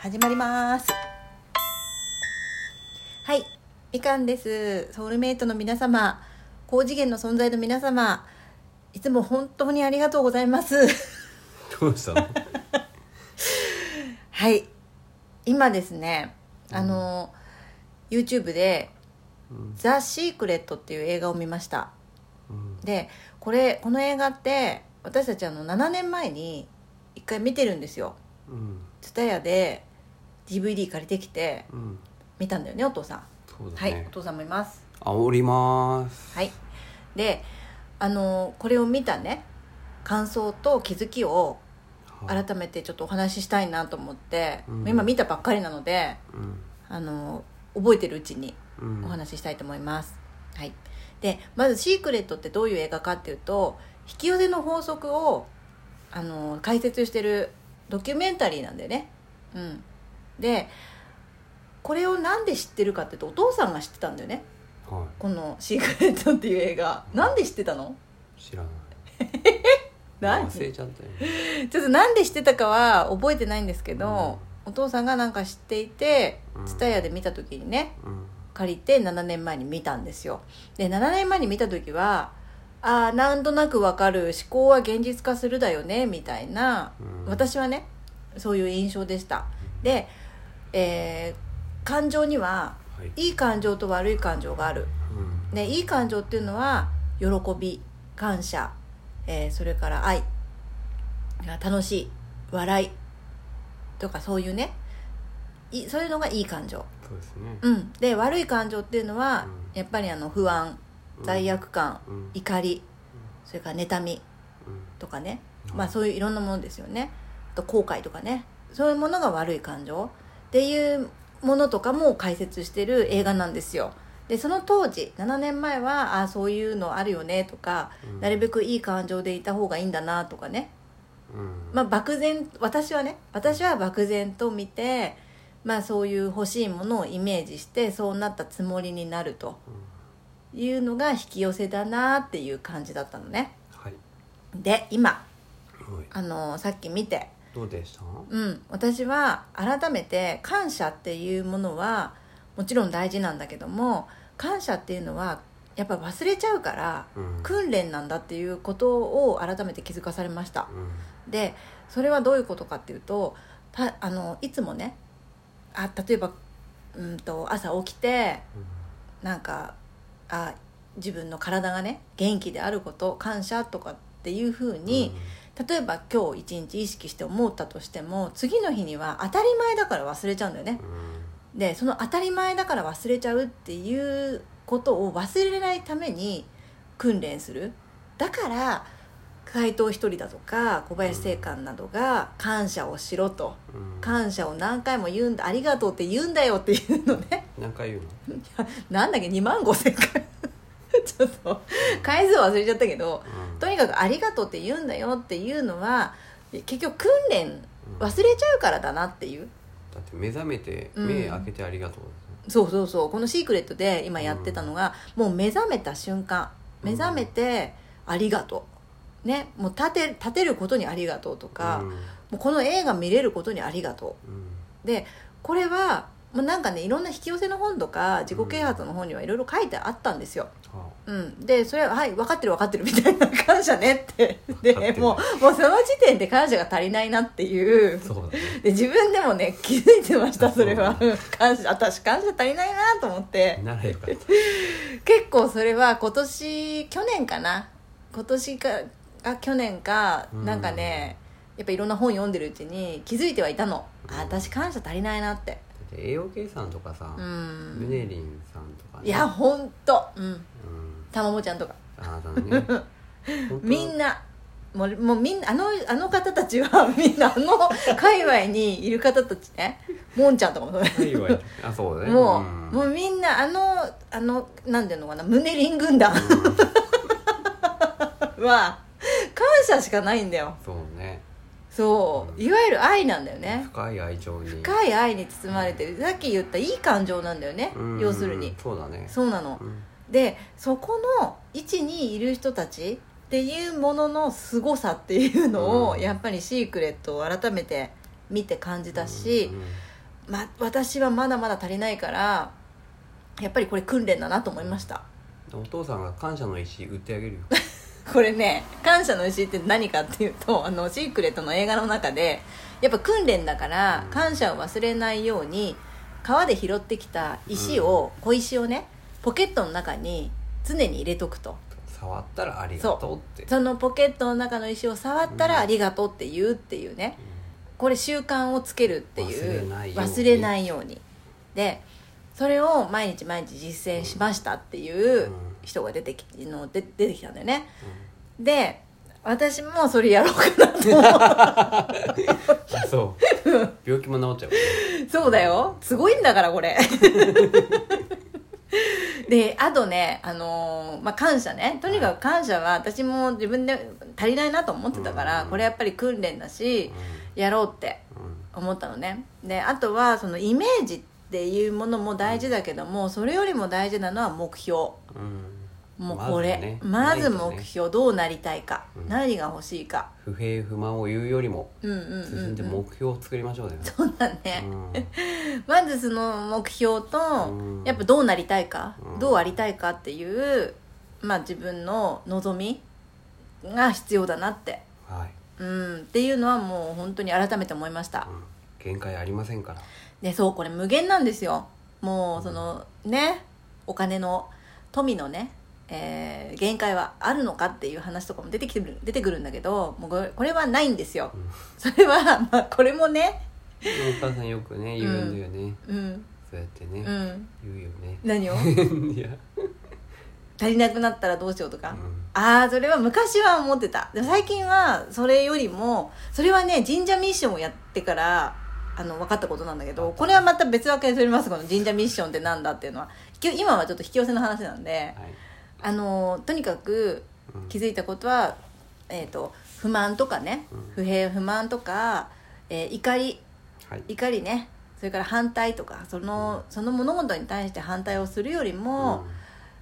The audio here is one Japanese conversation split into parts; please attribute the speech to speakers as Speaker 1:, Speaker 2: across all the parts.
Speaker 1: 始まりますはいみかんですソウルメイトの皆様高次元の存在の皆様いつも本当にありがとうございます
Speaker 2: どうしたの
Speaker 1: はい今ですねあの、YouTube で
Speaker 2: うん
Speaker 1: 「ザ・シークレット」っていう映画を見ました
Speaker 2: うん
Speaker 1: でこれこの映画って私たちあの7年前に一回見てるんですよ
Speaker 2: うん
Speaker 1: 蔦屋で DVD 借りてきて
Speaker 2: うん
Speaker 1: 見たんだよねお父さん
Speaker 2: そうだ
Speaker 1: はい、
Speaker 2: ね
Speaker 1: お父さんもいます
Speaker 2: 煽ります
Speaker 1: はいであのこれを見たね感想と気づきを
Speaker 2: はい
Speaker 1: 改めてちょっとお話ししたいなと思って、
Speaker 2: うん
Speaker 1: 今見たばっかりなので
Speaker 2: うん
Speaker 1: あの覚えてるうちに
Speaker 2: うん
Speaker 1: お話ししたいと思います、はい、でまず「シークレット」ってどういう映画かっていうと引き寄せの法則をあの解説してるドキュメンタリーなんだよね、うん、でこれをなんで知ってるかっていうとお父さんが知ってたんだよね
Speaker 2: は
Speaker 1: この「シークレット」っていう映画なんで知ってたの
Speaker 2: い知らない
Speaker 1: 何
Speaker 2: 忘れちゃったよ
Speaker 1: ちょっとなんで知ってたかは覚えてないんですけど、お父さんがなんか知っていて
Speaker 2: うん
Speaker 1: TSUTAYA で見た時にね
Speaker 2: うん
Speaker 1: 借りて7年前に見たんですよで7年前に見た時はああなんとなくわかる思考は現実化するだよねみたいな
Speaker 2: うん
Speaker 1: 私はねそういう印象でしたで、えー感情には
Speaker 2: はい
Speaker 1: いい感情と悪い感情がある
Speaker 2: うん
Speaker 1: ね、いい感情っていうのは喜び感謝、えーそれから愛楽しい笑いとかそういうねいそういうのがいい感情、
Speaker 2: そうですね
Speaker 1: うん、で悪い感情っていうのは
Speaker 2: う
Speaker 1: やっぱりあの不安
Speaker 2: うん
Speaker 1: 罪悪感
Speaker 2: うん
Speaker 1: 怒りそれから妬み
Speaker 2: うん
Speaker 1: とかね、
Speaker 2: うん
Speaker 1: まあ、そういういろんなものですよねあと後悔とかねそういうものが悪い感情っていうものとかも解説してる映画なんですよでその当時7年前はああそういうのあるよねとか、
Speaker 2: うん
Speaker 1: なるべくいい感情でいた方がいいんだなとかね、
Speaker 2: うん
Speaker 1: まあ、漠然私はね私は漠然と見て、まあ、そういう欲しいものをイメージしてそうなったつもりになるというのが引き寄せだなっていう感じだったのね
Speaker 2: はい
Speaker 1: で今
Speaker 2: はい
Speaker 1: あのさっき見て
Speaker 2: どうでした
Speaker 1: うん、私は改めて感謝っていうものはもちろん大事なんだけども感謝っていうのはやっぱ忘れちゃうから
Speaker 2: うん
Speaker 1: 訓練なんだっていうことを改めて気づかされました
Speaker 2: うん
Speaker 1: でそれはどういうことかっていうとたあのいつもねあ例えばうんと朝起きてなんかあ自分の体がね元気であること感謝とかっていうふう
Speaker 2: うん
Speaker 1: に、例えば今日一日意識して思ったとしても次の日には当たり前だから忘れちゃうんだよね
Speaker 2: うん
Speaker 1: でその当たり前だから忘れちゃうっていうことを忘れないために訓練するだから斎藤一人だとか小林正観などが感謝をしろと
Speaker 2: うん
Speaker 1: 感謝を何回も言うんだありがとうって言うんだよっていうのね
Speaker 2: 何回言うの
Speaker 1: なんだっけ2万5000回 ちょっと回数忘れちゃったけど
Speaker 2: うん
Speaker 1: とにかく「ありがとう」って言うんだよっていうのは結局訓練
Speaker 2: うん
Speaker 1: 忘れちゃうからだなっていう
Speaker 2: だって目覚めて
Speaker 1: うん
Speaker 2: 目開けてありがとう
Speaker 1: そうそうそうこの「シークレット」で今やってたのが、もう目覚めた瞬間目覚めて「ありがとう」ねもう立て立てることにありがとうとか、
Speaker 2: うん
Speaker 1: もうこの映画見れることにありがと
Speaker 2: うん
Speaker 1: うでこれはもうなんかねいろんな引き寄せの本とか自己啓発の本にはいろいろ書いてあったんですよ、
Speaker 2: あ
Speaker 1: うん、でそれは「はい分かってる分かってる」みたいな「感謝ね」 ってで
Speaker 2: 分かってる
Speaker 1: もうもうその時点で感謝が足りないなっていう
Speaker 2: そうだね
Speaker 1: で自分でもね気づいてましたそれは
Speaker 2: あ
Speaker 1: うん感謝私感謝足りないなと思って
Speaker 2: ならよかった
Speaker 1: 結構それは今年去年かな今年かあ去年か
Speaker 2: うん
Speaker 1: なんかねやっぱいろんな本読んでるうちに気づいてはいたのあ私感謝足りないなって
Speaker 2: だって栄養計算とかさ、
Speaker 1: う
Speaker 2: ル
Speaker 1: ん
Speaker 2: ネリンさんとかね
Speaker 1: いやほんとうん
Speaker 2: うん
Speaker 1: たまもちゃんとか
Speaker 2: あなた ね本当
Speaker 1: みんなもうもうみんなあのあの方たちは みんなあの界隈にいる方たちねもんちゃんとかもそう
Speaker 2: 海外あそうだね
Speaker 1: もう,、
Speaker 2: ん
Speaker 1: もうみんなあのあのなんていうのかな胸リン 軍団
Speaker 2: うん
Speaker 1: は感謝しかないんだよ
Speaker 2: そうね
Speaker 1: そういわゆる愛なんだよね
Speaker 2: 深い愛情に
Speaker 1: 深い愛に包まれてるさっき言ったいい感情なんだよね
Speaker 2: うん
Speaker 1: 要するに
Speaker 2: そうだね
Speaker 1: そうなの
Speaker 2: うん
Speaker 1: でそこの位置にいる人たちっていうもののすごさっていうのを、
Speaker 2: うん
Speaker 1: やっぱりシークレットを改めて見て感じたし、
Speaker 2: うん
Speaker 1: ま、私はまだまだ足りないからやっぱりこれ訓練だなと思いました
Speaker 2: お父さんが感謝の石売ってあげるよ
Speaker 1: これね「感謝の石」って何かっていうと「あのシークレット」の映画の中でやっぱ訓練だから感謝を忘れないように川で拾ってきた石を、小石をねポケットの中に常に入れとくと
Speaker 2: 触ったらありがとうって
Speaker 1: そのポケットの中の石を触ったら「ありがとう」って言うっていうねこれ習慣をつけるっていう
Speaker 2: 忘れないように
Speaker 1: 忘れないようにでそれを毎日毎日実践しましたっていう人が出てきので出てきたんだよねで私もそれやろうかなと
Speaker 2: うんあそう病気も治っちゃうからね
Speaker 1: そうだよすごいんだからこ れであとねあのーまあ感謝ねとにかく感謝は私も自分で足りないなと思ってたから、
Speaker 2: うん
Speaker 1: これやっぱり訓練だしやろうって
Speaker 2: うんうん
Speaker 1: 思ったのねであとはそのイメージっていうものも大事だけどもそれよりも大事なのは目標
Speaker 2: うん
Speaker 1: もう
Speaker 2: まず
Speaker 1: これ、
Speaker 2: ね
Speaker 1: まず
Speaker 2: ないとね
Speaker 1: 目標どうなりたいか、
Speaker 2: うん
Speaker 1: 何が欲しいか
Speaker 2: 不平不満を言うよりも
Speaker 1: うんうんうん、
Speaker 2: 進んで
Speaker 1: うん
Speaker 2: 目標を作りましょうだよね
Speaker 1: そうだね、まずその目標と、
Speaker 2: うん
Speaker 1: やっぱどうなりたいか、
Speaker 2: うん
Speaker 1: どうありたいかっていう、まあ、自分の望みが必要だなって、
Speaker 2: うんはい
Speaker 1: うん、っていうのはもう本当に改めて思いました
Speaker 2: うん限界ありませんから
Speaker 1: でそうこれ無限なんですよもうそのねお金の富のね、えー限界はあるのかっていう話とかも出てきてる出てくるんだけどもうこれこれはないんですよ
Speaker 2: うん
Speaker 1: それは、まあ、これもね
Speaker 2: お母さんよくね言うんだよね、
Speaker 1: うん
Speaker 2: そうやってね、
Speaker 1: うん
Speaker 2: 言うよね
Speaker 1: 何を
Speaker 2: いや、
Speaker 1: 足りなくなったらどうしようとか、
Speaker 2: うん
Speaker 1: ああそれは昔は思ってたでも最近はそれよりもそれはね神社ミッションをやってからあの分かったことなんだけどこれはまた別分けに取りますこの神社ミッションってなんだっていうのはき今はちょっと引き寄せの話なんで
Speaker 2: はい
Speaker 1: あのとにかく
Speaker 2: うん
Speaker 1: 気づいたことは、えー、と不満とかね
Speaker 2: う
Speaker 1: 不
Speaker 2: ん
Speaker 1: 平不満とか、えー怒り
Speaker 2: はい
Speaker 1: 怒りねそれから反対とかそのその物事に対して反対をするよりも、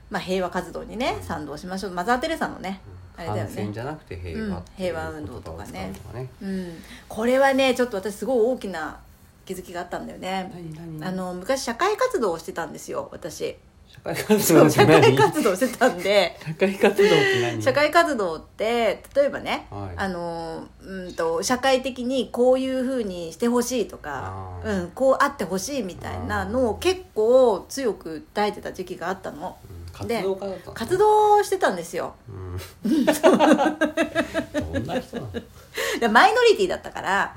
Speaker 1: まあ、平和活動にね賛同しましょうマザー・テレサのね、あれだよ
Speaker 2: 感
Speaker 1: ね
Speaker 2: 染じゃなくて平和、
Speaker 1: うん平和運動とかね
Speaker 2: ね
Speaker 1: うん、これはねちょっと私すごい大きな気づきがあったんだよね
Speaker 2: 何何
Speaker 1: あの昔社会活動をしてたんですよ 私
Speaker 2: 社会活動
Speaker 1: 社
Speaker 2: って
Speaker 1: 会
Speaker 2: 何
Speaker 1: 活動してたんで
Speaker 2: 社会活動って何
Speaker 1: 社会活動って例えばね、
Speaker 2: はい
Speaker 1: あのうんと社会的にこういうふうにしてほしいとか
Speaker 2: あ、
Speaker 1: う
Speaker 2: ー
Speaker 1: ん、こうあってほしいみたいなのを結構強く訴えてた時期があったの
Speaker 2: うん活動家だったの
Speaker 1: 活動してたんですよ
Speaker 2: うん どんな人なの、はい、
Speaker 1: でマイノリティだったから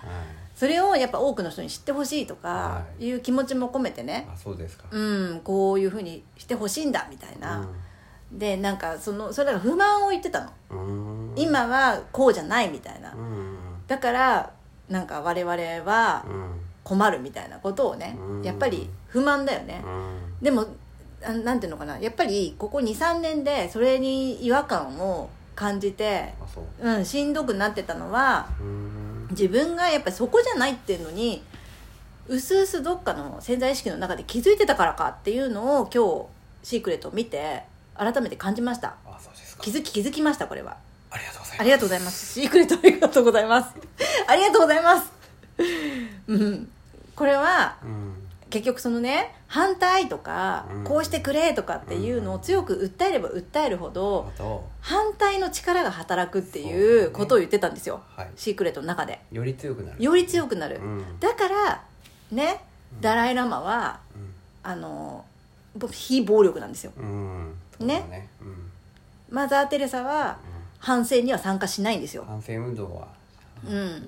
Speaker 1: それをやっぱ多くの人に知ってほしいとか
Speaker 2: はい
Speaker 1: いう気持ちも込めてね、
Speaker 2: あそうですか、
Speaker 1: うん、こういうふうにしてほしいんだみたいな、
Speaker 2: う
Speaker 1: でなんかそのそれが不満を言ってたの、
Speaker 2: ん、うん、
Speaker 1: 今はこうじゃないみたいな、
Speaker 2: うんうん
Speaker 1: だからなんか我々は
Speaker 2: うん
Speaker 1: 困るみたいなことをね、
Speaker 2: うん
Speaker 1: やっぱり不満だよね、
Speaker 2: うん
Speaker 1: でもあなんていうのかなやっぱりここ23年でそれに違和感を感じて、
Speaker 2: あそう
Speaker 1: うん、しんどくなってたのは
Speaker 2: うん
Speaker 1: 自分がやっぱりそこじゃないっていうのにうすうすどっかの潜在意識の中で気づいてたからかっていうのを今日シークレットを見て改めて感じました
Speaker 2: あそうですか
Speaker 1: 気づき気づきましたこれは
Speaker 2: ありがとうございます
Speaker 1: ありがとうござい ますシークレットありがとうございます ありがとうございますうんこれは
Speaker 2: うん
Speaker 1: 結局そのね反対とか、
Speaker 2: うん
Speaker 1: こうしてくれとかっていうのを強く訴えれば訴えるほ
Speaker 2: あ
Speaker 1: ど
Speaker 2: と
Speaker 1: 反対の力が働くって
Speaker 2: そ
Speaker 1: い
Speaker 2: うだ
Speaker 1: う
Speaker 2: ね
Speaker 1: ことを言ってたんですよ、
Speaker 2: はい
Speaker 1: シークレットの中で
Speaker 2: より強くなる
Speaker 1: より強くなる、
Speaker 2: うん
Speaker 1: だからねダライ・ラマは
Speaker 2: うん
Speaker 1: あのぼ非暴力なんですよ
Speaker 2: うんそうだねうんうん
Speaker 1: マザー・テレサは反戦には参加しないんですよ、
Speaker 2: 反戦運動は
Speaker 1: うん、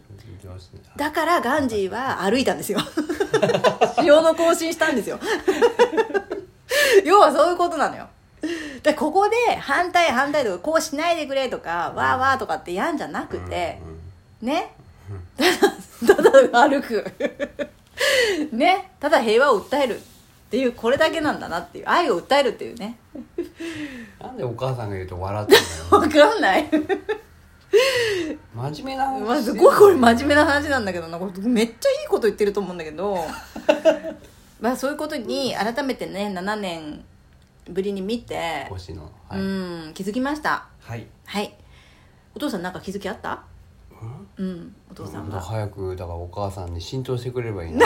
Speaker 2: どうして
Speaker 1: だからガンジーは歩いたん ですよ潮の行進したんですよ要はそういうことなのよでここで反対反対とかこうしないでくれとかわーわーとかってやんじゃなくて、
Speaker 2: うんうん
Speaker 1: ねただただ歩くねただ平和を訴えるっていうこれだけなんだなっていう愛を訴えるっていうね
Speaker 2: なんでお母さんが言うと笑ってんだよ
Speaker 1: わかんない
Speaker 2: 真面目な話
Speaker 1: まあすごいこれ真面目な話なんだけどなこれめっちゃいいこと言ってると思うんだけどまあそういうことに改めてね7年ぶりに見て、
Speaker 2: 腰のは
Speaker 1: う
Speaker 2: い、
Speaker 1: ん気づきました
Speaker 2: はい、
Speaker 1: はいお父さんなんか気づきあった
Speaker 2: うん
Speaker 1: うんお父さんは
Speaker 2: 早くだからお母さんに浸透してくれればいいな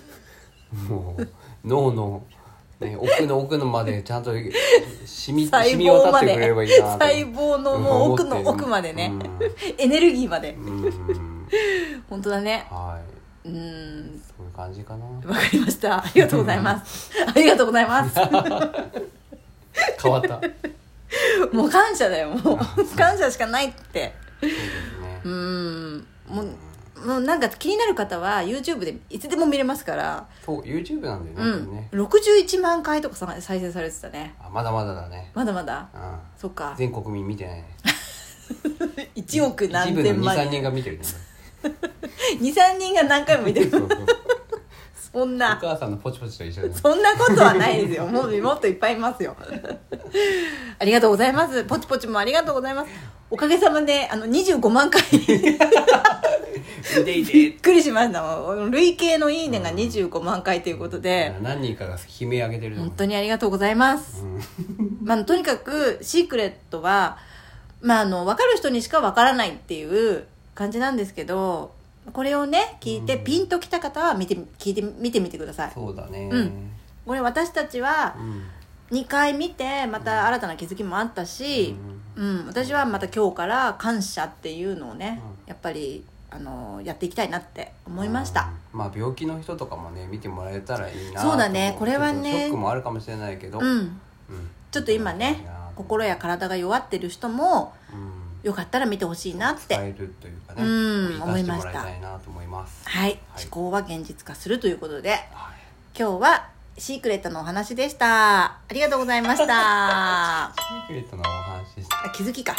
Speaker 2: もう脳の、ね、奥の奥のまでちゃんと染み
Speaker 1: 細
Speaker 2: 染み渡
Speaker 1: 胞
Speaker 2: っ
Speaker 1: ま
Speaker 2: て
Speaker 1: で
Speaker 2: くれればいいなと
Speaker 1: 細胞のもう奥の奥までね、エネルギーまで
Speaker 2: うん、うん
Speaker 1: 本当だね
Speaker 2: はい
Speaker 1: うん
Speaker 2: そういう感じかな
Speaker 1: わかりましたありがとうございますありがとうござい ます
Speaker 2: 変わったそうで
Speaker 1: もう感謝だよもう 感謝しかないって
Speaker 2: すね
Speaker 1: うんもうもうなんか気になる方は YouTube でいつでも見れますから、
Speaker 2: そう YouTube なんだよね,、
Speaker 1: うん
Speaker 2: ね
Speaker 1: 61万回とかさ再生されてたね
Speaker 2: あまだまだだね、
Speaker 1: まだまだ
Speaker 2: うん、
Speaker 1: そっか
Speaker 2: 全国民見てないね
Speaker 1: 1億何
Speaker 2: 一部の
Speaker 1: 千万
Speaker 2: 23
Speaker 1: 人
Speaker 2: 人が見て るね
Speaker 1: 23人が何回も見てる
Speaker 2: そうそう
Speaker 1: そん
Speaker 2: お
Speaker 1: な
Speaker 2: 母さんのポチポチと一緒だね
Speaker 1: そんなことはない ですよもうもっといっぱいいますよありがとうございますポチポチもありがとうございますおかげさまであの25万回
Speaker 2: 見ていて
Speaker 1: びっくりしました累計の「いいね」が25万回ということで、
Speaker 2: 何人かが悲鳴上げてると
Speaker 1: 本
Speaker 2: 思う
Speaker 1: 当にありがとうございます、まあ、とにかくシークレットは、まあ、あの分かる人にしか分からないっていう感じなんですけどこれをね聞いて
Speaker 2: うん
Speaker 1: ピンときた方は見て聞いて見てみてください
Speaker 2: そうだね
Speaker 1: うんこれ私たちは
Speaker 2: うん
Speaker 1: 2回見てまた新たな気づきもあったし、うん、私はまた今日から感謝っていうのをねやっぱりあのやっていきたいなって思いました、
Speaker 2: うんまあ病気の人とかもね見てもらえたらいいな
Speaker 1: そうだね
Speaker 2: と思
Speaker 1: これはね
Speaker 2: ちょっとショックもあるかもしれないけど、
Speaker 1: う
Speaker 2: うん
Speaker 1: ん、ちょっと今ね心や体が弱ってる人も
Speaker 2: うん
Speaker 1: よかったら見てほしいなっ
Speaker 2: 使
Speaker 1: て
Speaker 2: えるというかね、
Speaker 1: うん
Speaker 2: 生かしてもらいたいなと思います
Speaker 1: はい、
Speaker 2: はい
Speaker 1: 思考は現実化するということで
Speaker 2: はい
Speaker 1: 今日はシークレットのお話でしたありがとうご ざいましたあ
Speaker 2: シークレットのお話でした
Speaker 1: 気づきか